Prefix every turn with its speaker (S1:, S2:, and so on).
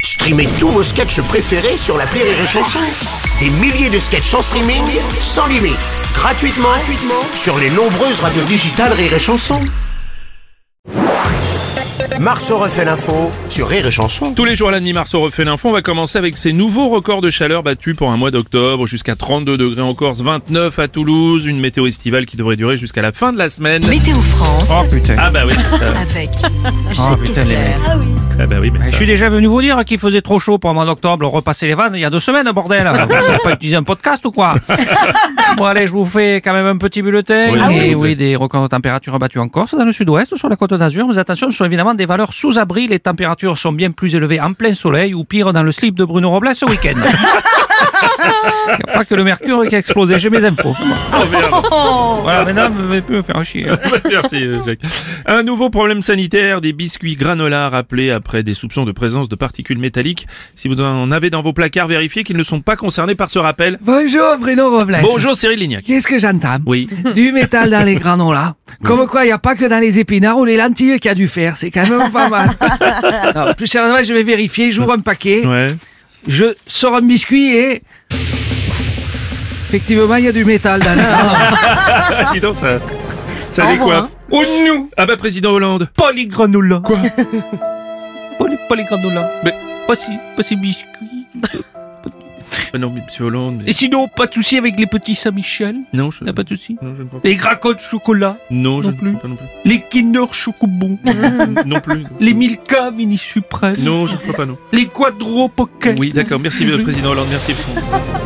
S1: Streamez tous vos sketchs préférés sur la Rire et Chanson. Des milliers de sketchs en streaming, sans limite, gratuitement, gratuitement sur les nombreuses radios digitales Rire et Chanson. Marceau refait l'info sur Rire et Chanson.
S2: Tous les jours à la demi-mars, on refait l'info. On va commencer avec ces nouveaux records de chaleur battus pour un mois d'octobre, jusqu'à 32 degrés en Corse, 29 à Toulouse, une météo estivale qui devrait durer jusqu'à la fin de la semaine.
S3: Météo France
S2: Oh putain. Ah bah oui. ça-
S3: avec
S4: Ah, putain, les mecs.
S2: ah bah oui. mais
S4: Je
S2: ça-
S4: suis déjà venu vous dire qu'il faisait trop chaud pour le mois d'octobre. On repassait les vannes il y a deux semaines, bordel. Vous n'avez pas utilisé un podcast ou quoi Bon, allez, je vous fais quand même un petit bulletin.
S2: Oui, Ah oui.
S4: Et oui, des records de température battus en Corse, dans le sud-ouest, sur la côte d'Azur. Mais attention, ce sont évidemment des valeurs sous abri. Les températures sont bien plus élevées en plein soleil ou pire dans le slip de Bruno Robles ce week-end. Il n'y a pas que le mercure qui a explosé. J'ai mes infos.
S2: Oh, merde.
S4: Voilà, maintenant, vous pouvez plus me faire chier.
S2: Merci euh, Jacques. Un nouveau problème sanitaire, des biscuits granola rappelés après des soupçons de présence de particules métalliques. Si vous en avez dans vos placards, vérifiez qu'ils ne sont pas concernés par ce rappel.
S4: Bonjour, Bruno Robles.
S2: Bonjour Cyril Lignac.
S4: Qu'est-ce que j'entends
S2: Oui.
S4: du métal dans les granolas. Comme quoi, il n'y a pas que dans les épinards ou les lentilles qu'il y a du fer. C'est quand même pas mal. Non, plus sérieusement, je vais vérifier. J'ouvre un paquet.
S2: Ouais.
S4: Je sors un biscuit et... Effectivement, il y a du métal dans les granolas.
S2: Ah, dis donc, ça. Ça décoiffe.
S4: hein.
S2: Oh nous Ah bah président Hollande.
S4: Polygranola. Quoi Poly Polygranola.
S2: Mais-
S4: Pas si, pas si biscuit.
S2: Ah non, mais monsieur Hollande.
S4: Et
S2: mais-
S4: sinon, pas de souci avec les petits Saint-Michel.
S2: Non, je.
S4: Y a pas de souci.
S2: Non, je ne crois pas.
S4: Les cracottes chocolat.
S2: Non, je
S4: non
S2: ne
S4: plus.
S2: crois pas non plus.
S4: Les Kinder Chocobon.
S2: Non plus.
S4: les Milka Mini Suprême.
S2: Non, je ne crois pas non.
S4: Les Quadro Pocket.
S2: Oui, d'accord. Merci, euh, président Hollande. Merci. pour son-